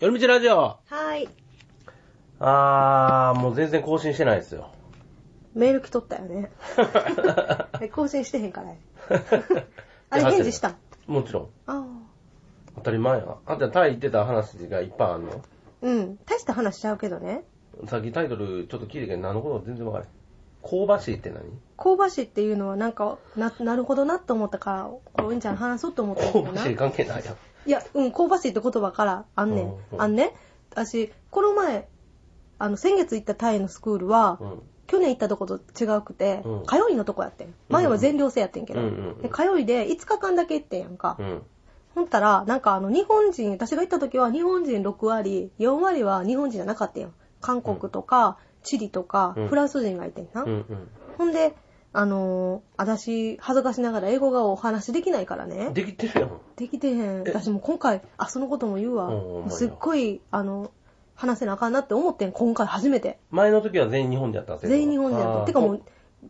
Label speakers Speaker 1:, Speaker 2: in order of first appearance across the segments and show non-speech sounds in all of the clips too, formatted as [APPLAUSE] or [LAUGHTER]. Speaker 1: 夜道ラジオ
Speaker 2: はい。
Speaker 1: あー、もう全然更新してないですよ。
Speaker 2: メール来とったよね。
Speaker 1: [LAUGHS]
Speaker 2: え更新してへんからや。 [LAUGHS] あれ返事したん
Speaker 1: もちろん。
Speaker 2: ああ。
Speaker 1: 当たり前や。あんたタイ行ってた話がいっぱいあんの
Speaker 2: うん。大した話しちゃうけどね。
Speaker 1: さっきタイトルちょっと聞いてけど何のことか全然わからない。香ばしいって何
Speaker 2: 香ばしいっていうのはなんか、な、なるほどなって思ったから、これうんちゃん話そうと思ったんだ
Speaker 1: 香
Speaker 2: けど
Speaker 1: ば
Speaker 2: な。
Speaker 1: しい
Speaker 2: い
Speaker 1: 関係ないやん。
Speaker 2: や、うん、香ばしいって言葉からあんねん
Speaker 1: うん。うん
Speaker 2: あんね。私、この前、あの、先月行ったタイのスクールは、
Speaker 1: うん。
Speaker 2: 去年行ったとこと違うくて、
Speaker 1: うん
Speaker 2: 通いのとこやってん。前は全寮制やってんけど。
Speaker 1: うんうんうん
Speaker 2: で通いで5日間だけ行ってんやんか。
Speaker 1: うん。
Speaker 2: ほんたら、なんかあの、日本人、私が行った時は日本人6割、4割は日本人じゃなかったやん。韓国とか、チリとか
Speaker 1: うん、
Speaker 2: フランス人がいてんな。
Speaker 1: うんうん。
Speaker 2: ほんで、あのー私、恥ずかしながら英語がお話しできないからね。
Speaker 1: できてるやん。
Speaker 2: できてへん。私もう今回、あ、そのことも言うわ。
Speaker 1: うん
Speaker 2: も
Speaker 1: ほんまや
Speaker 2: うすっごい、あの、話せなあかんなって思ってん、今回初めて。
Speaker 1: 前の時は全員日本でやったんです
Speaker 2: 全員日本人やった。てかも
Speaker 1: う
Speaker 2: う、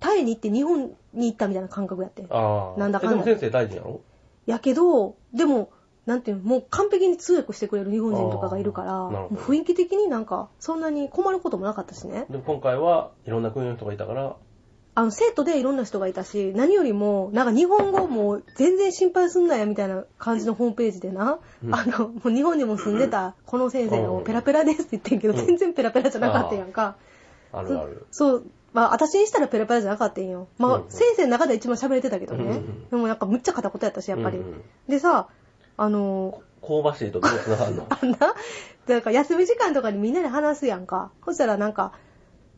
Speaker 2: タイに行って日本に行ったみたいな感覚やってん。
Speaker 1: あー
Speaker 2: なんだかんだ
Speaker 1: えでも先生大臣やろ
Speaker 2: やけど、でも、なんていうの、もう完璧に通訳してくれる日本人とかがいるから、
Speaker 1: あーなる
Speaker 2: も
Speaker 1: ほ
Speaker 2: う
Speaker 1: ど
Speaker 2: 雰囲気的になんか、そんなに困ることもなかったしね。
Speaker 1: でも今回はいろんな国の人がいたから、
Speaker 2: あの、生徒でいろんな人がいたし、何よりも、なんか日本語もう全然心配すんなやみたいな感じのホームページでな、
Speaker 1: うん
Speaker 2: あの、もう日本にも住んでたこの先生がもうペラペラですって言ってんけど、
Speaker 1: うん
Speaker 2: 全然ペラペラじゃなかったやんか。
Speaker 1: あるある。
Speaker 2: そう、まあ私にしたらペラペラじゃなかったんよ。まあ、
Speaker 1: うんうん
Speaker 2: 先生の中で一番喋れてたけどね。
Speaker 1: うんうん
Speaker 2: でもなんかむっちゃ片言やったし、やっぱり。
Speaker 1: うんうん
Speaker 2: でさ、あの
Speaker 1: 香ばしいとどうつながるの
Speaker 2: あんな、だから休み時間とかにみんなで話すやんか。そしたらなんか、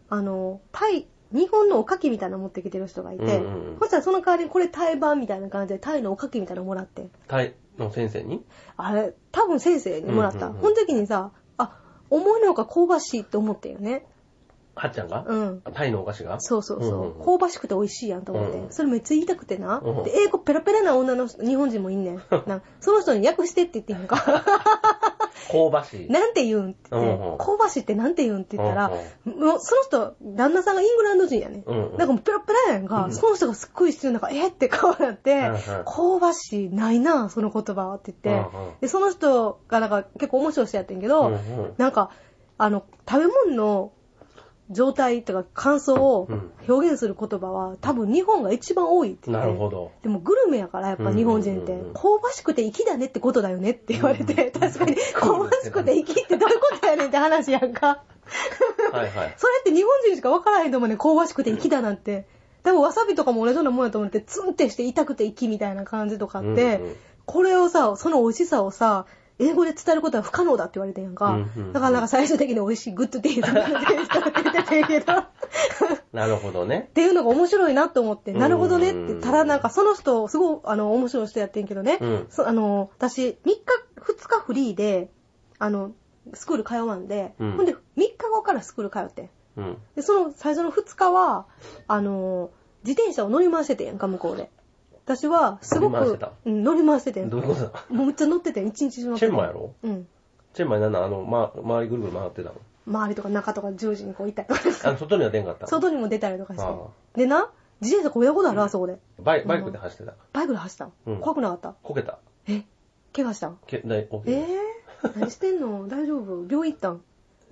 Speaker 2: あの、タイ、日本のおかきみたいなの持ってきてる人がいて、
Speaker 1: うんうんうん
Speaker 2: そしたらその代わりにこれタイ版みたいな感じでタイのおかきみたいなのもらって。
Speaker 1: タイの先生に
Speaker 2: あれ、多分先生にもらった。
Speaker 1: うんうんうん
Speaker 2: この時にさ、あ、思いのほか香ばしいって思ってんよね。
Speaker 1: はっちゃんが、
Speaker 2: うん。
Speaker 1: タイのお菓子が
Speaker 2: そうそうそう。
Speaker 1: んんん
Speaker 2: 香ばしくて美味しいやんと思って。
Speaker 1: うん
Speaker 2: それめっちゃ言いたくてな。
Speaker 1: うん
Speaker 2: で、英語ペラペラな女の人日本人もいんねん。なんその人に訳してって言ってんやんか。
Speaker 1: 香ばしい。
Speaker 2: なんて言うんって言って、
Speaker 1: うんうん
Speaker 2: 香ばしいってなんて言うんって言ったら、もうその人、旦那さんがイングランド人やね。
Speaker 1: うんうん
Speaker 2: なんかもうペラペラやんか、
Speaker 1: うん
Speaker 2: その人がすっごい一瞬なんか、えって顔になって、
Speaker 1: うんうん
Speaker 2: 香ばしいないな、その言葉はって言っ
Speaker 1: う
Speaker 2: て、
Speaker 1: んうん
Speaker 2: で、その人がなんか結構面白い人やってんけど、
Speaker 1: うんうん
Speaker 2: なんか、あの、食べ物の状態とか感想を
Speaker 1: うん
Speaker 2: 表現する言葉は多分日本が一番多いって言って。
Speaker 1: なるほど
Speaker 2: でもグルメやからやっぱ日本人って、
Speaker 1: うんうんうんうん
Speaker 2: 香ばしくて粋だねってことだよねって言われて、確かに香ばしくて粋ってどういうことやねんって話やんか。
Speaker 1: はいはい。
Speaker 2: それって日本人しか分からへんと思うねん香ばしくて粋だなんて。多分わさびとかも同じようなもんやと思って、ツンってして痛くて粋みたいな感じとかあって、
Speaker 1: うんうん
Speaker 2: これをさ、その美味しさをさ、英語で伝えることは不可能だって言われてんやんか。
Speaker 1: うんうんうん
Speaker 2: だからなんか最終的に美味しいグッドディーズみたいなテイストが出ててんけど。
Speaker 1: なるほどね
Speaker 2: っ。ていうのが面白いなと思って、
Speaker 1: うん
Speaker 2: なるほどねって、ただなんかその人、すごい、あの、面白い人やってんけどね、
Speaker 1: うん
Speaker 2: そあの、私、3日、2日フリーで、あの、スクール通わんで、
Speaker 1: うん
Speaker 2: ほんで、3日後からスクール通ってん。
Speaker 1: うん。
Speaker 2: で、その最初の2日は、あの、自転車を乗り回しててんやんか、向こうで。私は、すご
Speaker 1: 乗り回して
Speaker 2: く
Speaker 1: た、
Speaker 2: うん、乗り回しててん。
Speaker 1: ど
Speaker 2: も
Speaker 1: ういうことだ
Speaker 2: うめっちゃ乗っててん、一日中乗っ
Speaker 1: チ
Speaker 2: てて
Speaker 1: ェ
Speaker 2: ん。
Speaker 1: ンマやろ
Speaker 2: うん。
Speaker 1: チェンマイなんなんあの、ま、周りぐるぐる回ってたの
Speaker 2: 周りとか中とか10時にこう行ったりとかして
Speaker 1: あの、外には出んかったの
Speaker 2: 外にも出たりとかして
Speaker 1: あ
Speaker 2: ん。でな、自転車こう横だろ、あそこで。
Speaker 1: バイバイクで走ってた。
Speaker 2: バイクで走ったん、
Speaker 1: うん
Speaker 2: 怖くなかった
Speaker 1: こけた。
Speaker 2: え怪我したん
Speaker 1: け大大きい
Speaker 2: えー、何してんの大丈夫病院行ったん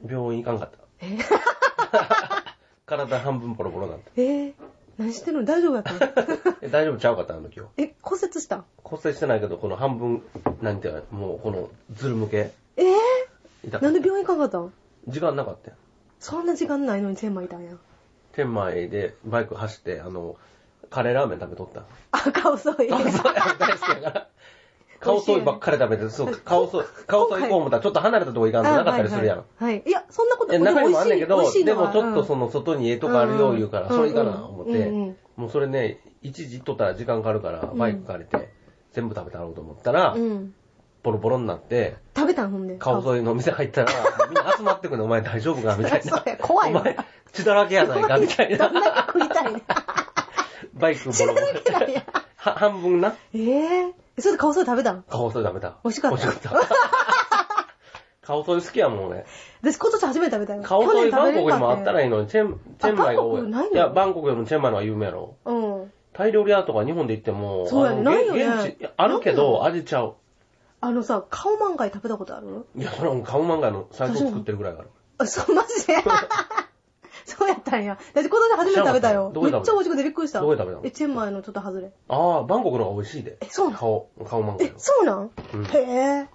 Speaker 1: 病院行かんかった。体半分ボロボロなんて。
Speaker 2: えー、何してんの [LAUGHS] 大丈夫やったん
Speaker 1: え大丈夫ちゃうかったあの今日。
Speaker 2: え骨折したん
Speaker 1: 骨折してないけど、この半分、なんていうのもうこの、ズル向け。
Speaker 2: えー、
Speaker 1: 痛
Speaker 2: な
Speaker 1: かっ
Speaker 2: ん
Speaker 1: た
Speaker 2: で病院行かんかったん
Speaker 1: 時間なかったよ。
Speaker 2: そんな時間ないのに千枚いたんや
Speaker 1: チェンマイでバイク走って、あの、カレーラーメン食べとった。
Speaker 2: 赤遅い
Speaker 1: 顔そうや、
Speaker 2: [LAUGHS]
Speaker 1: 大好きやから。顔そうばっかり食べて、そう、顔そう、顔そう行こう思ったら、ちょっと離れたとこ行かんとなかったりするやん。
Speaker 2: あはいはい、はい、いやそんなこと
Speaker 1: え中にもあんねんけ
Speaker 2: 美
Speaker 1: ど、
Speaker 2: 味しい
Speaker 1: でもちょっとそ
Speaker 2: の
Speaker 1: の外にええとこあるよう言うから、
Speaker 2: うん
Speaker 1: それ行かな思っ
Speaker 2: うん
Speaker 1: て
Speaker 2: うん、
Speaker 1: もうそれね、一時行っとったら時間かかるから、バイク借りて、全部食べたろうと思ったら
Speaker 2: う、ん、うん、
Speaker 1: ボロボロになって、
Speaker 2: 食べたんほんで
Speaker 1: 顔沿いの店入った
Speaker 2: [LAUGHS]
Speaker 1: ら、みんな集まってくるの、お前大丈夫かみたいな
Speaker 2: それ。怖いわ
Speaker 1: お前、血だらけやないかみた
Speaker 2: [LAUGHS]
Speaker 1: い
Speaker 2: どん
Speaker 1: な。
Speaker 2: だけ食いた
Speaker 1: [LAUGHS]
Speaker 2: いね
Speaker 1: バイクボ
Speaker 2: 知ら
Speaker 1: ロボロ
Speaker 2: [LAUGHS] な。きゃや
Speaker 1: は半分な。
Speaker 2: えー、それで顔そい食べたん
Speaker 1: 顔添え食べた。
Speaker 2: 美味しかった
Speaker 1: 美味しかった。 [LAUGHS] 顔添え好きやもん俺。
Speaker 2: 私今年初めて食べたよ
Speaker 1: 顔添え
Speaker 2: 去年
Speaker 1: 韓
Speaker 2: 食べれん
Speaker 1: 国
Speaker 2: か
Speaker 1: に
Speaker 2: ん
Speaker 1: もあったらいいのに、チェン、チェンマイが多
Speaker 2: あ韓
Speaker 1: い。
Speaker 2: 国ないの
Speaker 1: や、バンコクよりもチェンマイの方が有名やろ。
Speaker 2: うん
Speaker 1: タイ料理屋とか日本で行っても、
Speaker 2: そうやね
Speaker 1: あの
Speaker 2: ないよね
Speaker 1: 現地、いやあるけど、味ちゃう。
Speaker 2: あのさ、顔漫画食べたことある
Speaker 1: いや、それはもう顔漫画のサイトを作ってるぐらいだか
Speaker 2: あ、そう、マジでそうやったんや。だって今年初めて食べたよ。
Speaker 1: 知らなかったど
Speaker 2: めっ
Speaker 1: こで食べたの
Speaker 2: ちゃ美味しくてびっくりした。
Speaker 1: どこで食べたの
Speaker 2: え、チェンマイのちょっと外れ。
Speaker 1: ら。ああ、バンコクの方が美味しいで。
Speaker 2: えそうなの
Speaker 1: 顔、顔漫画
Speaker 2: え
Speaker 1: よ、。
Speaker 2: そうなん、
Speaker 1: うん
Speaker 2: へえ。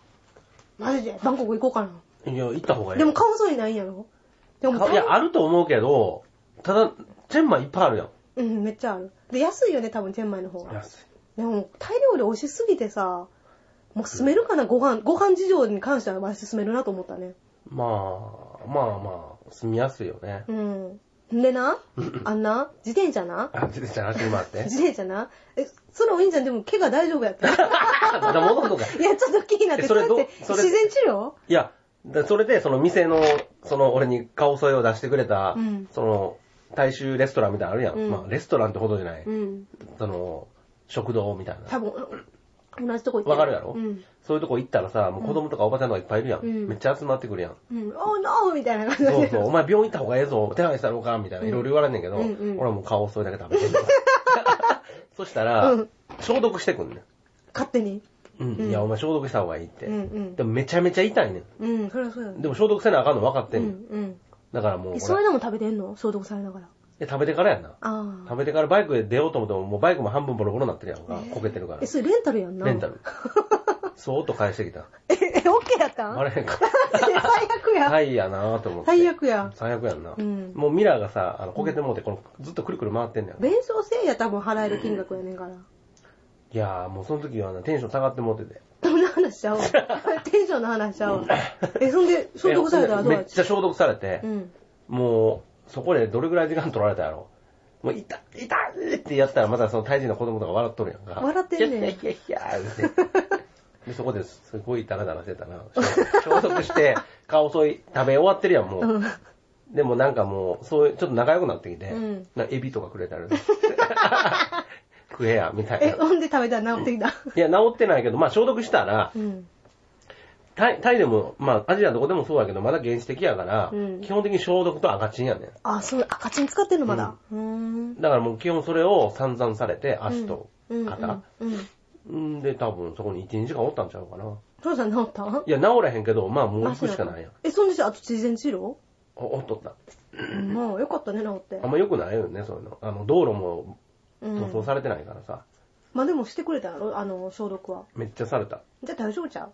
Speaker 2: マジで、バンコク行こうかな。
Speaker 1: いや、行った方がいい。
Speaker 2: でも、顔そうにないんやろでも、
Speaker 1: 顔いや、あると思うけど、ただ、チェンマイいっぱいあるやん。
Speaker 2: うん、めっちゃある。で、安いよね、多分、チェンマイの方が。
Speaker 1: 安い。
Speaker 2: でも、タイ料理美味しすぎてさ、もう進めるかな、ご飯、ご飯事情に関しては、まあ、進めるなと思ったね。
Speaker 1: まあ、まあまあ、住みやすいよね。
Speaker 2: うん。ん
Speaker 1: [LAUGHS]
Speaker 2: でな、あんな、自転車な、
Speaker 1: あ、ちょっとじゃあ、走り回って。
Speaker 2: 自転車な、え、そのお兄ちゃんでも怪我大丈夫
Speaker 1: [LAUGHS]
Speaker 2: やった。い [LAUGHS]
Speaker 1: また戻んのか。
Speaker 2: や、ちょっと気になって、
Speaker 1: えそれど
Speaker 2: れって
Speaker 1: それ
Speaker 2: 自然治療
Speaker 1: いや、でそれで、その店の、その、俺に顔添えを出してくれた、
Speaker 2: うん
Speaker 1: その、大衆レストランみたいなのあるやん。
Speaker 2: うん
Speaker 1: まあ、レストランってほどじゃない。
Speaker 2: うん。
Speaker 1: その、食堂みたいな。
Speaker 2: 多分、同じとこ行って
Speaker 1: わかるやろ
Speaker 2: うん。
Speaker 1: そういうとこ行ったらさ、もう子供とかおばちゃんとかいっぱいいるやん。
Speaker 2: うん
Speaker 1: めっちゃ集まってくるやん。
Speaker 2: うん。おー、ノーみたいな感じ
Speaker 1: そう
Speaker 2: で。
Speaker 1: そう、お前病院行った方がええぞ、手配したろうか、みたいな、いろいろ言われんねんけど、
Speaker 2: うんうん
Speaker 1: 俺はもう顔それだけ食べてる。
Speaker 2: [LAUGHS]
Speaker 1: そしたら、
Speaker 2: うん
Speaker 1: 消毒してくんねん。
Speaker 2: 勝手に。
Speaker 1: うん、
Speaker 2: うん
Speaker 1: いや、お前消毒した方がいいって。
Speaker 2: うんうん
Speaker 1: でもめちゃめちゃ痛いね
Speaker 2: うん、それはそうや
Speaker 1: ん。
Speaker 2: ね。
Speaker 1: でも消毒せなあかんの分かって
Speaker 2: うん
Speaker 1: ねん。
Speaker 2: ん、
Speaker 1: だからも
Speaker 2: う。
Speaker 1: うん
Speaker 2: え、
Speaker 1: ほ
Speaker 2: そ
Speaker 1: ら
Speaker 2: れでも食べてんの消毒されながら。
Speaker 1: え食べてからやな。
Speaker 2: ああ。
Speaker 1: 食べてからバイクで出ようと思っても、もうバイクも半分ボロボロになってるやんか。こけてるから
Speaker 2: え、。それレンタルやんな。
Speaker 1: レンタル。そーっと返してきた。
Speaker 2: え、え、オッケーやったん
Speaker 1: あれか。
Speaker 2: [LAUGHS] 最悪や。
Speaker 1: はいやなぁと思って。
Speaker 2: 最悪や。
Speaker 1: 最悪やんな。
Speaker 2: うん
Speaker 1: もうミラーがさ、あの、こけてもうて、この、ずっとくるくる回ってんねん。
Speaker 2: 弁償せいや、多分払える金額やねんから。
Speaker 1: いやーもうその時はな、テンション下がってもうてて。
Speaker 2: そんな話
Speaker 1: [LAUGHS]
Speaker 2: しちゃおう。テンションの話しちゃおう。え、そんで、消毒されたらどう
Speaker 1: め
Speaker 2: や
Speaker 1: っ
Speaker 2: っ
Speaker 1: ちゃ消毒されて
Speaker 2: う、ん。
Speaker 1: もう、そこでどれぐらい時間取られたやろ。もう、痛っ、痛っってやったら、またその胎児の子供とか笑っとるやんか。
Speaker 2: 笑ってんね
Speaker 1: い
Speaker 2: ん
Speaker 1: やいやいやいやってで、そこですごいダラダラしてたな。消毒して、顔そい、食べ終わってるやん、もう。
Speaker 2: うん。
Speaker 1: でもなんかもう、そういう、ちょっと仲良くなってきて、
Speaker 2: うん
Speaker 1: なエビとかくれたら、 [LAUGHS] 食えや、みたい
Speaker 2: え、
Speaker 1: な。
Speaker 2: ほんで食べたら治ってきた。
Speaker 1: いや、治ってないけど、まあ消毒したら、
Speaker 2: うん。
Speaker 1: タイタイでも、まあアジアどこでもそうやけど、まだ原始的やから、
Speaker 2: うん
Speaker 1: 基本的に消毒と赤チンやねん。
Speaker 2: あ、そう、赤チン使ってんのまだ。うーん。
Speaker 1: だからもう基本それを散々されて、足と
Speaker 2: うん
Speaker 1: 肩。
Speaker 2: うん。うん
Speaker 1: んで、多分そこに1、2時間おったんちゃうかな。
Speaker 2: 父さん治った
Speaker 1: いや、治らへんけど、まあもう行くしかないやん。
Speaker 2: え、そんでさ、あと自然治療
Speaker 1: おおっとった。
Speaker 2: まあ、よかったね、治って
Speaker 1: あん。ま良くないよね、そういうの。あの、道路も
Speaker 2: う
Speaker 1: 塗装
Speaker 2: ん。
Speaker 1: されてないからさ、
Speaker 2: まあでもしてくれたやろ、あの、消毒は。
Speaker 1: めっちゃされた。
Speaker 2: じゃあ大丈夫ちゃ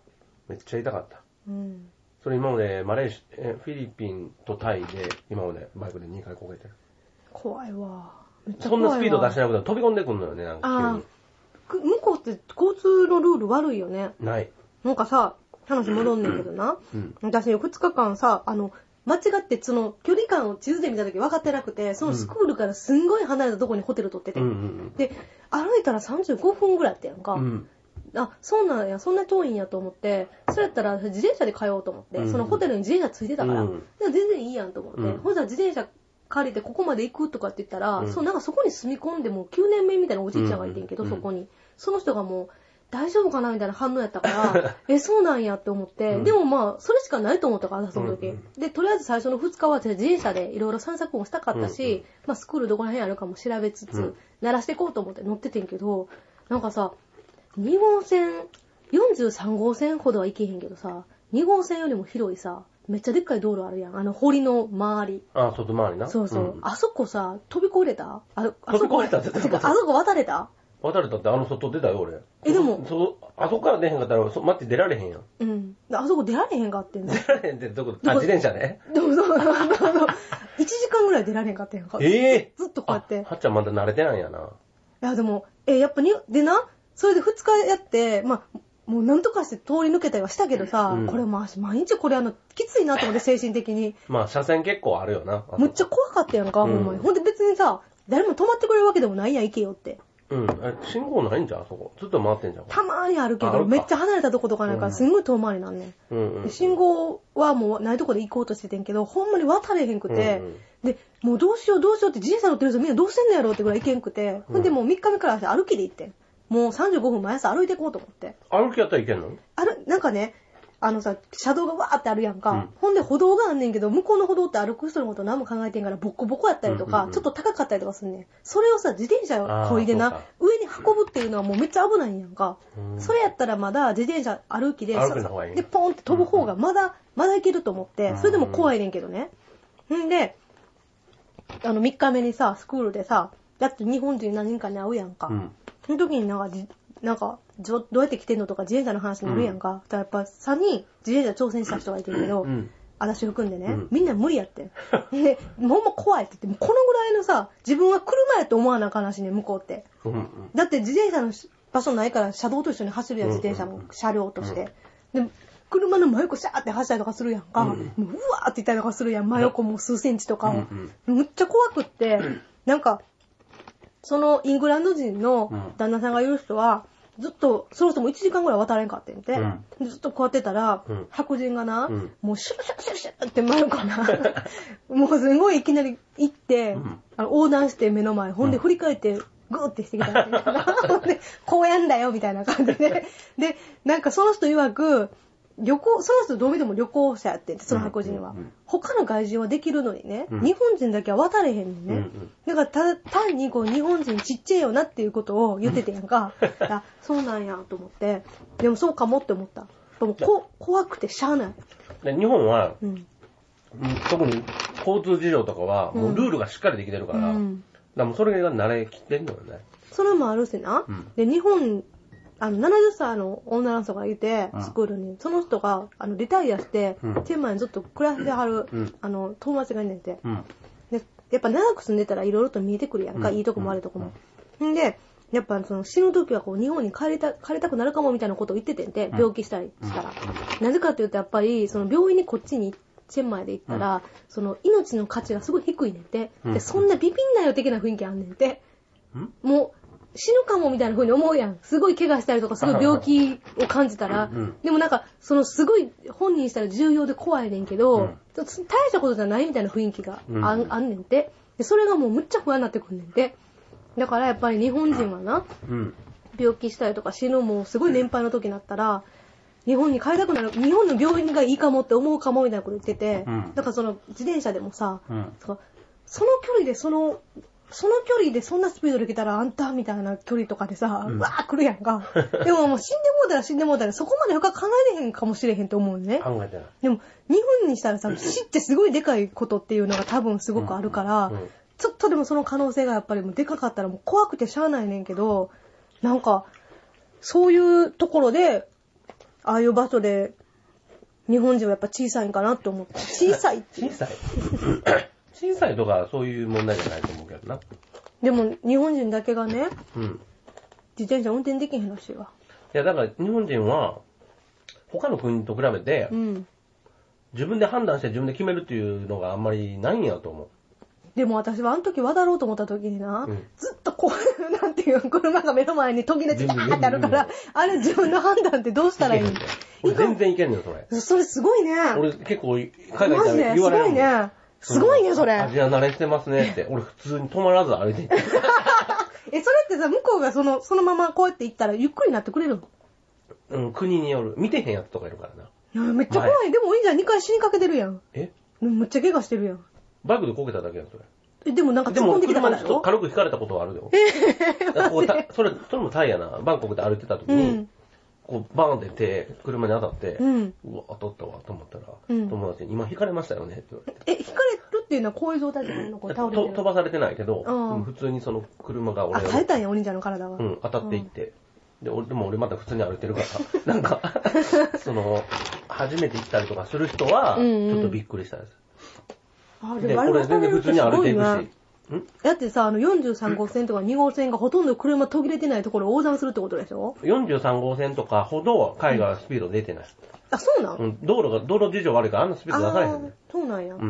Speaker 1: めっちゃ痛かった。
Speaker 2: ううん。
Speaker 1: それ今までマレーシア、えフィリピンとタイで今までバイクで2回こけてる。
Speaker 2: 怖いわ。めっちゃ
Speaker 1: そ
Speaker 2: 怖
Speaker 1: ん
Speaker 2: いわ
Speaker 1: なスピード出してなくても飛び込んでくんのよね、なん
Speaker 2: あ
Speaker 1: か
Speaker 2: ーく向こうって交通のルール悪いよね。
Speaker 1: 急に。ない。
Speaker 2: なんかさ、話戻んねんけどな。
Speaker 1: うん。
Speaker 2: 私2日間さ、あの、間違ってその距離感を地図で見た時分かってなくて、そのスクールからすんごい離れたとこにホテル取ってて。
Speaker 1: うんうん
Speaker 2: で、歩いたら35分ぐらいやったやんか。
Speaker 1: うん。うん。
Speaker 2: あ、そうなんや、そんな遠いんやと思って、それやったら自転車で通おうと思って、
Speaker 1: うん
Speaker 2: そのホテルに自転車ついてたから、
Speaker 1: うん
Speaker 2: でも全然いいやんと思って、
Speaker 1: うん
Speaker 2: ほんなら自転車借りてここまで行くとかって言ったら、
Speaker 1: うん
Speaker 2: そうなんかそこに住み込んでもう9年目みたいなおじいちゃんがいてんけど、
Speaker 1: うん
Speaker 2: そこに。その人がもう、大丈夫かなみたいな反応やった
Speaker 1: [LAUGHS]
Speaker 2: から、え、そうなんやって思って、
Speaker 1: うん
Speaker 2: でもまあ、それしかないと思ったから、その時。
Speaker 1: うん
Speaker 2: で、とりあえず最初の2日は私自転車でいろいろ散策もしたかったし、
Speaker 1: うんうん
Speaker 2: まあ、スクールどこら辺あるかも調べつつ、
Speaker 1: うん
Speaker 2: 鳴らしていこうと思って乗っててんけど、なんかさ、2号線、43号線ほどは行けへんけどさ、2号線よりも広いさ、めっちゃでっかい道路あるやん。あの、堀の周り。
Speaker 1: あ、外回りな。
Speaker 2: そうそう。
Speaker 1: ん
Speaker 2: あそこさ、飛び越えれたあ、あそ
Speaker 1: 飛び
Speaker 2: こ。
Speaker 1: 越えたって
Speaker 2: てかあそこ渡れた
Speaker 1: 渡れたってあの外出たよ、俺。
Speaker 2: えでも
Speaker 1: そ、そあそこから出へんかったら、そ待って出られへんやん。 [LAUGHS]
Speaker 2: うん。あそこ出られへんかってんの。
Speaker 1: 出られへんってどこ、あ、自転車ね。
Speaker 2: [LAUGHS] でもそう、あの、1時間ぐらい出られへんかってんか。
Speaker 1: ええ
Speaker 2: ずっとこうやって。
Speaker 1: はっちゃんまだ慣れてないんやな。
Speaker 2: いや、でも、え、やっぱに、でな、それで2日やって、まあ、もうなんとかして通り抜けたりはしたけどさ、
Speaker 1: うん
Speaker 2: これまあ、毎日これあの、きついなと思って精神的に。
Speaker 1: まあ、車線結構あるよな。あそこ
Speaker 2: むっちゃ怖かったやんか、
Speaker 1: うん
Speaker 2: ほんまに。ほんで別にさ、誰も止まってくれるわけでもないやん、行けよって。
Speaker 1: うん。え、信号ないんじゃん、あそこ。ずっと回ってんじゃん。
Speaker 2: たまーにあるけ
Speaker 1: あある
Speaker 2: ど、
Speaker 1: か
Speaker 2: めっちゃ離れたとことかなんか、
Speaker 1: うん
Speaker 2: すんごい遠回りなんね
Speaker 1: う
Speaker 2: ん。
Speaker 1: んうん。
Speaker 2: 信号はもうないとこで行こうとしててんけど、ほんまに渡れへんくて、
Speaker 1: うんうん
Speaker 2: で、もうどうしようどうしようって自転車乗ってる人みんなどうしてんのやろうってぐらい行けんくて、ほんでもう3日目から歩きで行ってん。もう35分毎朝歩いていこうと思って。
Speaker 1: 歩きやったらいけんの
Speaker 2: ある、なんかね、あのさ、車道がわーってあるやんか。
Speaker 1: うん
Speaker 2: ほんで歩道があんねんけど、向こうの歩道って歩く人のこと何も考えてんから、ボッコボコやったりとか、
Speaker 1: うんうんうん
Speaker 2: ちょっと高かったりとかすんねん。それをさ、自転車をこいで
Speaker 1: あーそう
Speaker 2: な
Speaker 1: か、
Speaker 2: 上に運ぶっていうのはもうめっちゃ危ないんやんか。
Speaker 1: うん
Speaker 2: それやったらまだ自転車歩きで、
Speaker 1: 歩くの方がいい
Speaker 2: で、ポンって飛ぶ方がまだ、まだいけると思って、それでも怖いねんけどね。んで、あの、3日目にさ、スクールでさ、だって日本人何人かに会うやんか。
Speaker 1: うん。
Speaker 2: その時になんかじ、なんか、じょどうやって来てんのとか自転車の話になるやんか。だからやっぱ3人自転車挑戦した人がいてるけど、
Speaker 1: うん。
Speaker 2: 私含んでね、
Speaker 1: うん
Speaker 2: みんな無理やってん。
Speaker 1: [LAUGHS]
Speaker 2: で、ほんま怖いって言って、このぐらいのさ、自分は車やと思わなあかんらしいね、向こうって。
Speaker 1: うんうん。
Speaker 2: だって自転車の場所ないから車道と一緒に走るやん、自転車
Speaker 1: うん
Speaker 2: の
Speaker 1: うんうん
Speaker 2: 車両として。で、車の真横シャーって走ったりとかするやんか。
Speaker 1: うん
Speaker 2: もううわーって言ったりとかするやん、真横もう数センチとかを。
Speaker 1: うん
Speaker 2: むっちゃ怖くって、なんか、そのイングランド人の旦那さんがいる人は、ずっと、そもそも1時間ぐらい渡れんかってんて、
Speaker 1: う
Speaker 2: ずっとこうやってたら、
Speaker 1: うん
Speaker 2: 白人がな、
Speaker 1: うん
Speaker 2: もうシュルシュルシュルシュルって真横
Speaker 1: [LAUGHS]
Speaker 2: な、もうすごいいきなり行って、
Speaker 1: うん
Speaker 2: あの横断して目の前、ほんで
Speaker 1: うん
Speaker 2: 振り返って、グーってしてきたらしいんだよな [LAUGHS] ほんで、こうやんだよ、みたいな感じで。で、なんかその人曰く、旅行、その人どう見ても旅行者やってんてその白人は。
Speaker 1: うんうんうん
Speaker 2: 他の外人はできるのにね、
Speaker 1: うん
Speaker 2: 日本人だけは渡れへんねんね。だからた単にこう日本人ちっちゃいよなっていうことを言っててやんか。あ、そうなんやと思って。でもそうかもって思った。でもこ怖くてしゃあない。
Speaker 1: で日本は、
Speaker 2: うん。
Speaker 1: うん特に交通事情とかは、もうルールがしっかりできてるから、
Speaker 2: う
Speaker 1: だ
Speaker 2: ん
Speaker 1: からもうそれが慣れきってんのよね。
Speaker 2: それもあるしな。
Speaker 1: うん
Speaker 2: で、日本、あの、70歳の女の人がいて
Speaker 1: う、ん
Speaker 2: スクールに。その人が、あの、リタイアして、
Speaker 1: うん
Speaker 2: 天満にずっと暮らしてはる、
Speaker 1: うん
Speaker 2: あの、友達がいんねんて。
Speaker 1: うん。
Speaker 2: で、やっぱ長く住んでたら色々と見えてくるやんか、
Speaker 1: うん
Speaker 2: いいとこも悪いとこも。んで、やっぱその死ぬ時はこう日本に帰りた、帰りたくなるかもみたいなことを言っててんて、
Speaker 1: ん
Speaker 2: 病気したりしたら。なぜかというとやっぱり、その病院にこっちに、チェンマイで行ったら、その命の価値がすごい低いねんて。
Speaker 1: う
Speaker 2: で、
Speaker 1: ん
Speaker 2: そんなビビんなよ的な雰囲気あんねんて。
Speaker 1: うん
Speaker 2: もう死ぬかもみたいな風に思うやん。すごい怪我したりとか、すごい病気を感じたら
Speaker 1: うんうん。
Speaker 2: でもなんか、そのすごい本人したら重要で怖いねんけど、
Speaker 1: うん
Speaker 2: ちょっと大したことじゃないみたいな雰囲気があ,、
Speaker 1: うん
Speaker 2: ん、あんねんて。で、それがもうむっちゃ不安になってくんねんて。だからやっぱり日本人はな、
Speaker 1: うん。
Speaker 2: 病気したりとか死ぬもうすごい年配の時になったら、日本に帰りたくなる、日本の病院がいいかもって思うかもみたいなこと言ってて、
Speaker 1: うん
Speaker 2: だからその自転車でもさ、
Speaker 1: うん。
Speaker 2: そうその距離でその、その距離でそんなスピードで行けたらあんたみたいな距離とかでさ、う
Speaker 1: うん
Speaker 2: わー来るやんか。でももう死んでもうたら死んでもうたらそこまで深く考えれへんかもしれへんと思うね。
Speaker 1: 考えてない。
Speaker 2: でも日本にしたらさ、死ってすごいでかいことっていうのが多分すごくあるから、
Speaker 1: うんうん
Speaker 2: ちょっとでもその可能性がやっぱりもうでかかったらもう怖くてしゃあないねんけど、なんか、そういうところで、ああいう場所で、日本人はやっぱ小さいんかなって思って。小さいっていう
Speaker 1: 小さい [LAUGHS] 小さいとかそういう問題じゃないと思うけどな。
Speaker 2: でも日本人だけがね、
Speaker 1: うん。
Speaker 2: 自転車運転できへんらしいわ。
Speaker 1: いや、だから日本人は、他の国と比べて
Speaker 2: う、ん。
Speaker 1: 自分で判断して自分で決めるっていうのがあんまりないんやと思う。
Speaker 2: でも私はあの時渡ろうと思った時にな、
Speaker 1: うん
Speaker 2: ずっとこう、なんていう車が目の前に時々
Speaker 1: 全部
Speaker 2: バーってあるか
Speaker 1: う
Speaker 2: ら
Speaker 1: ん、
Speaker 2: あれ自分の判断ってどうしたらい
Speaker 1: い
Speaker 2: い
Speaker 1: けへん
Speaker 2: ん
Speaker 1: で俺全然いけんねん、それ。
Speaker 2: それすごいね。
Speaker 1: 俺結構海外
Speaker 2: マジ
Speaker 1: で
Speaker 2: で、す
Speaker 1: 言われ
Speaker 2: ご
Speaker 1: る
Speaker 2: い
Speaker 1: もん
Speaker 2: ね。すごいね、それ。
Speaker 1: アジア慣れしてますねって。俺普通に止まらず歩いていって。
Speaker 2: え、それってさ、向こうがその、そのままこうやって行ったらゆっくりになってくれるの
Speaker 1: うん、国による。見てへんやつとかいるからな。
Speaker 2: いやめっちゃ怖い。でもいいじゃん、2回死にかけてるやん。
Speaker 1: え
Speaker 2: むっちゃ怪我してるやん。
Speaker 1: バイクでこけただけやん、それ。
Speaker 2: え、でもなんか
Speaker 1: で
Speaker 2: 突っ込
Speaker 1: も、
Speaker 2: んできたか
Speaker 1: 車に
Speaker 2: ら
Speaker 1: ち
Speaker 2: や
Speaker 1: ょっと
Speaker 2: ろ
Speaker 1: 軽く引かれたことはあるよ。
Speaker 2: えー、
Speaker 1: だからこ
Speaker 2: マ
Speaker 1: う
Speaker 2: ジ
Speaker 1: た
Speaker 2: で。
Speaker 1: それ、それもタイやな。バンコクで歩いてた時
Speaker 2: う
Speaker 1: に、
Speaker 2: ん。
Speaker 1: こう、バーンって手、車に当たって、
Speaker 2: うん
Speaker 1: うわ、当たったわ、と思ったら、
Speaker 2: うん
Speaker 1: 友達に、今引かれましたよね、って言われて。
Speaker 2: え、引かれるっていうのはこういう状態じゃないのこう倒れて
Speaker 1: と
Speaker 2: る
Speaker 1: 飛。ばされてないけど、
Speaker 2: うん
Speaker 1: でも普通にその車が
Speaker 2: あ、
Speaker 1: 俺を
Speaker 2: 耐えたんや、お兄ちゃんの体は。
Speaker 1: うん、当たっていって。で、俺、でも俺まだ普通に歩いてるから、 [LAUGHS] なん
Speaker 2: [LAUGHS]
Speaker 1: か、その、初めて行ったりとかする人は、
Speaker 2: うんうん
Speaker 1: ちょっとびっくりしたです。
Speaker 2: あ、
Speaker 1: で、
Speaker 2: でもあれ
Speaker 1: 俺
Speaker 2: 渡
Speaker 1: 全
Speaker 2: れ
Speaker 1: 然普
Speaker 2: るっ
Speaker 1: 通
Speaker 2: て
Speaker 1: に
Speaker 2: す
Speaker 1: 歩い
Speaker 2: ご
Speaker 1: てい
Speaker 2: い
Speaker 1: くし、
Speaker 2: ね。
Speaker 1: ん
Speaker 2: だってさ、あの43号線とか2号線がほとんど車途切れてないところを横断するってことでしょ
Speaker 1: ?43 号線とかほど海外はスピード出てない。
Speaker 2: あ、そうなん、
Speaker 1: うん、道路が、道路事情悪いからあんなスピー
Speaker 2: あ
Speaker 1: ド出されへん
Speaker 2: ー
Speaker 1: ね
Speaker 2: そうなんや。う、
Speaker 1: うんん。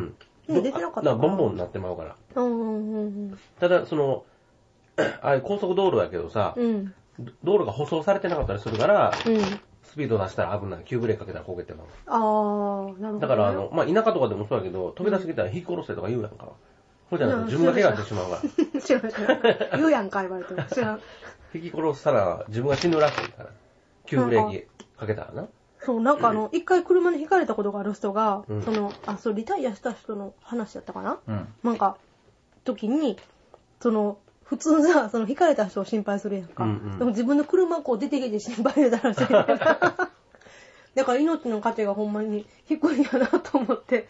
Speaker 2: うん出てなかったから
Speaker 1: だボンボンになってまうから。
Speaker 2: うん、うん、うん。
Speaker 1: ただ、その、あれ高速道路やけどさ、
Speaker 2: うん。
Speaker 1: 道路が舗装されてなかったりするから、
Speaker 2: うん。
Speaker 1: スピード出したら危ない。急ブレーキかけたら焦げてまう。
Speaker 2: あー、なるほどね、
Speaker 1: だから、あの、まあ、田舎とかでもそうやけど、飛び出してきたら引き殺せとか言うやんか。そうじゃないと自分が怪我してしまうから。
Speaker 2: [LAUGHS] 知らん知らん。言うやんか、言われても。
Speaker 1: [LAUGHS]
Speaker 2: 知らん。
Speaker 1: 引き殺したら自分が死ぬらしいから。急ブレーキかけたらな。
Speaker 2: そう、なんかあの、一、回車にひかれたことがある人が、
Speaker 1: うん
Speaker 2: その、あ、そう、リタイアした人の話やったかな、
Speaker 3: うん。
Speaker 2: なんか、時に、その、普通さ、その、ひかれた人を心配するやんか。
Speaker 1: うんうん
Speaker 2: でも自分の車こう出てきて心配だらしい。だから命の価値がほんまに低いんやなと思って。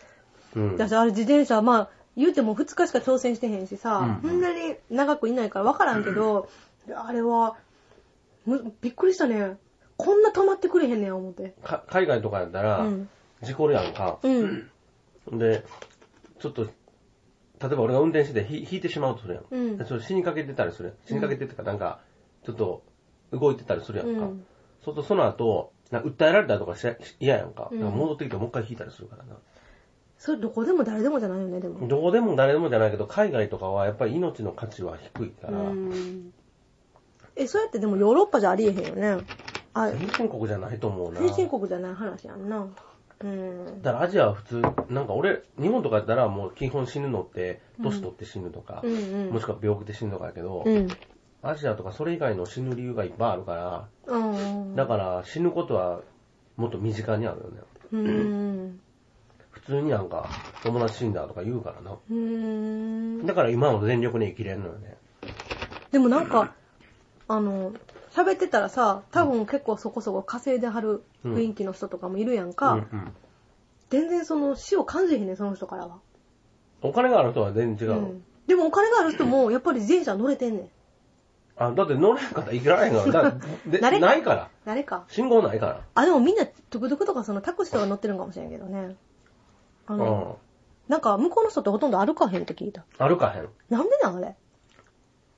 Speaker 1: うん。
Speaker 2: 私、あれ自転車、まあ、言うても2日しか挑戦してへんしさ、
Speaker 3: うん
Speaker 2: そんなに長くいないから分からんけど、あれは、むびっくりしたね。こんな止まってくれへんねや、思って。
Speaker 1: か海外とかやった
Speaker 2: う
Speaker 1: ら、
Speaker 2: ん。
Speaker 1: 事故るやんか。
Speaker 2: うん。
Speaker 1: で、ちょっと、例えば俺が運転しててひ引いてしまうとするやん。
Speaker 2: うん
Speaker 1: でそれ死にかけてたりするやん。死にかけてってか、なんか、ちょっと動いてたりするやんか。
Speaker 2: うん
Speaker 1: そうするとその後、な訴えられたりとかしし嫌やんか。
Speaker 2: うん
Speaker 1: だから戻ってきてもう一回引いたりするからな。
Speaker 2: それどこでも誰でもじゃないよね、でも。
Speaker 1: どこでも誰でもじゃないけど、海外とかはやっぱり命の価値は低いから、
Speaker 2: うん。え、そうやってでもヨーロッパじゃありえへんよね。あ、
Speaker 1: 先進国じゃないと思うな。
Speaker 2: 先進国じゃない話やんな。うん。
Speaker 1: だからアジアは普通、なんか俺、日本とかやったらもう基本死ぬのって、年取って死ぬとか、
Speaker 2: うんうん
Speaker 1: もしくは病気で死ぬとかやけど、
Speaker 2: うん。
Speaker 1: アジアとかそれ以外の死ぬ理由がいっぱいあるから、
Speaker 2: うん。
Speaker 1: だから死ぬことはもっと身近にあるよね。
Speaker 2: うん。
Speaker 1: 普通になんか友達死んだとか言うからな。
Speaker 2: うん。
Speaker 1: だから今の全力に生きれるのよね。
Speaker 2: でもなんか、あの、喋ってたらさ、多分結構そこそこ稼いではる雰囲気の人とかもいるやんか、
Speaker 1: うんうん
Speaker 2: 全然その死を感じへんねんその人からは。
Speaker 1: お金がある人は全然違う。
Speaker 2: うんでもお金がある人も、やっぱり自転車乗れてんねん。
Speaker 1: あだって乗れんかったら生きられへんから。だからで
Speaker 2: 慣れ
Speaker 1: ないから。
Speaker 2: 誰か。
Speaker 1: 信号ないから。
Speaker 2: あ、でもみんな、トゥクトゥクとかそのタクシーとか乗ってるんかもしれんけどね。あ
Speaker 1: う
Speaker 2: の、
Speaker 1: ん。
Speaker 2: なんか向こうの人ってほとんど歩かへんって聞いた。
Speaker 1: 歩かへん。
Speaker 2: なんでなんあれ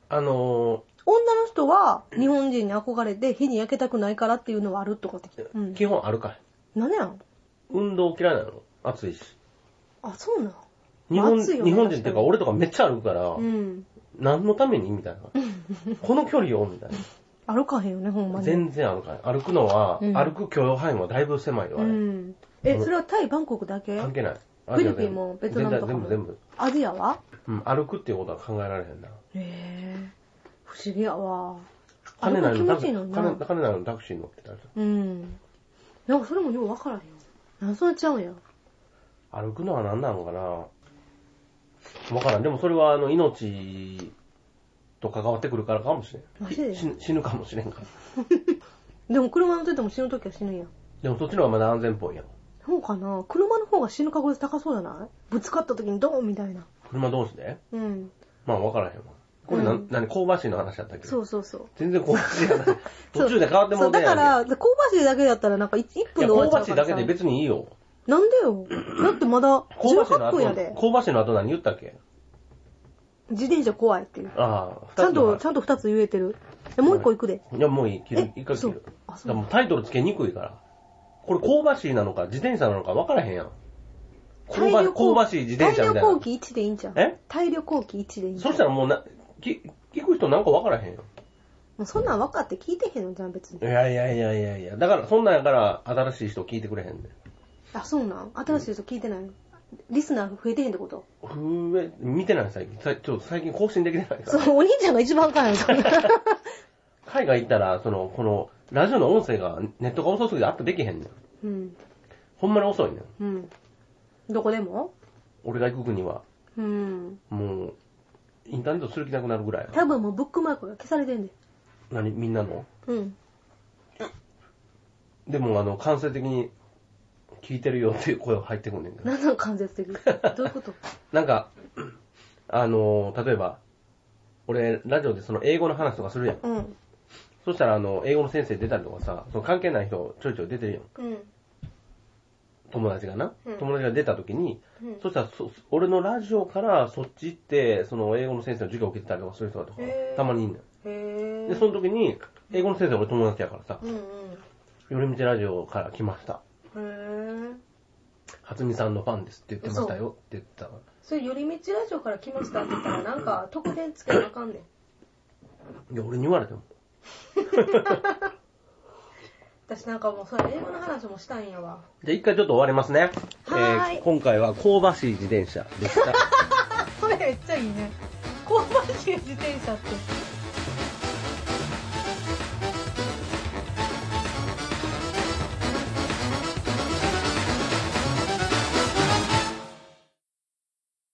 Speaker 1: あの
Speaker 2: 女の人は日本人に憧れて火に焼けたくないからっていうのはあるとかって聞
Speaker 1: ー
Speaker 2: いた。うん。
Speaker 1: 基本歩かへん。
Speaker 2: 何やん
Speaker 1: 運動嫌いなの暑いし。
Speaker 2: あ、そうなん。
Speaker 1: 日本
Speaker 2: 暑いよね
Speaker 1: 日本人っていうか俺とかめっちゃ歩くから、
Speaker 2: うん。
Speaker 1: 何のためにみたい
Speaker 2: [LAUGHS]
Speaker 1: な。この距離をみたい
Speaker 2: 歩かへんよね、ほんま
Speaker 1: な。
Speaker 2: に。
Speaker 1: 全然歩かへん。歩くのは、
Speaker 2: うん
Speaker 1: 歩く許容範囲はだいぶ狭いよ、あ
Speaker 2: う
Speaker 1: れ。
Speaker 2: ん。え、それはタイ、バンコクだけ
Speaker 1: 関係ない。
Speaker 2: フィリピンもベトナムとかも。
Speaker 1: 全部、
Speaker 2: アジアは
Speaker 1: 全部。うん、歩くっていうことは考えられへんな。
Speaker 2: へえ。不思議やわ。あれ
Speaker 1: 金な
Speaker 2: も
Speaker 1: いのタ
Speaker 2: 気持
Speaker 1: ク
Speaker 2: ちい
Speaker 1: シ
Speaker 2: いのにな
Speaker 1: ー、。金なのタクシー乗ってたりとか
Speaker 2: うん。なんかそれもようわからへんよ。なんそれちゃうんや。
Speaker 1: 歩くのは何なのかなわからん。でもそれは、あの、命と関わってくるからかもしれん。
Speaker 2: マジで
Speaker 1: 死ぬ死ぬかもしれんから。
Speaker 2: でも車乗ってても死ぬときは死ぬんや。
Speaker 1: でもそっちの方がまだ安全っぽいやん。
Speaker 2: そうかな車の方が死ぬ確率高そうじゃないぶつかった時にドーンみたいな。
Speaker 1: 車同士で
Speaker 2: うん。
Speaker 1: まあ分からへんわ。これな、ん、何、香ばしいの話だったっけど。
Speaker 2: そうそう [LAUGHS] そう。
Speaker 1: 全然香ばしいやない。途中で変わっても
Speaker 2: そう
Speaker 1: うた
Speaker 2: だ
Speaker 1: や
Speaker 2: か
Speaker 1: ん
Speaker 2: ら、香ばしいだけだったらなんか 1,
Speaker 1: い
Speaker 2: 分
Speaker 1: や、
Speaker 2: で
Speaker 1: 香
Speaker 2: 終わっちゃ
Speaker 1: ば
Speaker 2: う
Speaker 1: しい
Speaker 2: から
Speaker 1: だ
Speaker 2: さ
Speaker 1: けで別にいいよ。
Speaker 2: なんでよだってまだ
Speaker 1: 香ばしいの
Speaker 2: 18分やで
Speaker 1: 後、。香ばしいの後何言ったっけ
Speaker 2: 自転車怖いっていう。
Speaker 1: ああ、
Speaker 2: ちゃんと、
Speaker 1: 二つ
Speaker 2: ちゃんと2つ言えてる。えもう1個いくで。
Speaker 1: いや、もういい。切る。
Speaker 2: え
Speaker 1: 一回切
Speaker 2: そう
Speaker 1: る。
Speaker 2: あ
Speaker 1: だ
Speaker 2: そう
Speaker 1: からもうタイトルつけにくいから。これ香ばしいなのか、自転車なのか分からへんやん。香ば香ばしい自転車みたい
Speaker 2: 大量後
Speaker 1: な。
Speaker 2: 期1でいいんじゃん。
Speaker 1: え
Speaker 2: 大量後期1でいいんじゃ
Speaker 1: そ
Speaker 2: ん。
Speaker 1: したらもうな、き聞く人なんか分からへんよ。
Speaker 2: もうそんなん分かって聞いてへんのじゃん、別に
Speaker 1: い。やいやいやいやいや。だから、そんなんやから、新しい人聞いてくれへんねん。
Speaker 2: あ、そうなん新しい人聞いてないのリスナー増えてへんってこと
Speaker 1: ふえ、見てない最近。さちょっと最近更新できてないから。
Speaker 2: そう、お兄ちゃんが一番あかんやん、そんな
Speaker 1: 海外行ったら、その、この、ラジオの音声が、ネットが遅すぎてアップできへんねん。
Speaker 2: [LAUGHS] うん。
Speaker 1: ほんまに遅いねん。
Speaker 2: うん。どこでも
Speaker 1: 俺が行く国は、
Speaker 2: うん。
Speaker 1: もう、インターネットする気なくなるぐらい。
Speaker 2: 多分もうブックマークが消されてんで。
Speaker 1: 何みんなの
Speaker 2: うん。
Speaker 1: でも、あの、間接的に、聞いてるよっていう声が入ってくんねんけど。
Speaker 2: なんなの間接 [LAUGHS] 的。どういうこと
Speaker 1: なんか、あの、例えば、俺、ラジオでその英語の話とかするやん。
Speaker 2: うん。
Speaker 1: そしたら、あの、英語の先生出たりとかさ、その関係ない人ちょいちょい出てるやん。
Speaker 2: うん。
Speaker 1: 友達がな、
Speaker 2: うん
Speaker 1: 友達が出た時に、
Speaker 2: うん
Speaker 1: そしたらそ俺のラジオからそっち行ってその英語の先生の授業を受けてたりとかする人とか
Speaker 2: へー
Speaker 1: たまにいんのよ
Speaker 2: へぇ
Speaker 1: でその時に英語の先生俺友達やからさ
Speaker 2: うんうん。
Speaker 1: 「寄り道ラジオから来ました
Speaker 2: へぇ
Speaker 1: 初見さんのファンです」って言ってましたよって言ってたから
Speaker 2: それ、寄り道ラジオから来ましたって言ったら、なんか、特典つけなあかんねん。
Speaker 1: いや俺に言われても
Speaker 2: 私なんかもう、それ、英語の話もしたいんやわ。
Speaker 1: じゃあ一回ちょっと終わりますね
Speaker 2: はーい
Speaker 1: えー今回は香ばしい自転車でした
Speaker 2: それめっちゃいいね。香ばしい自転車って。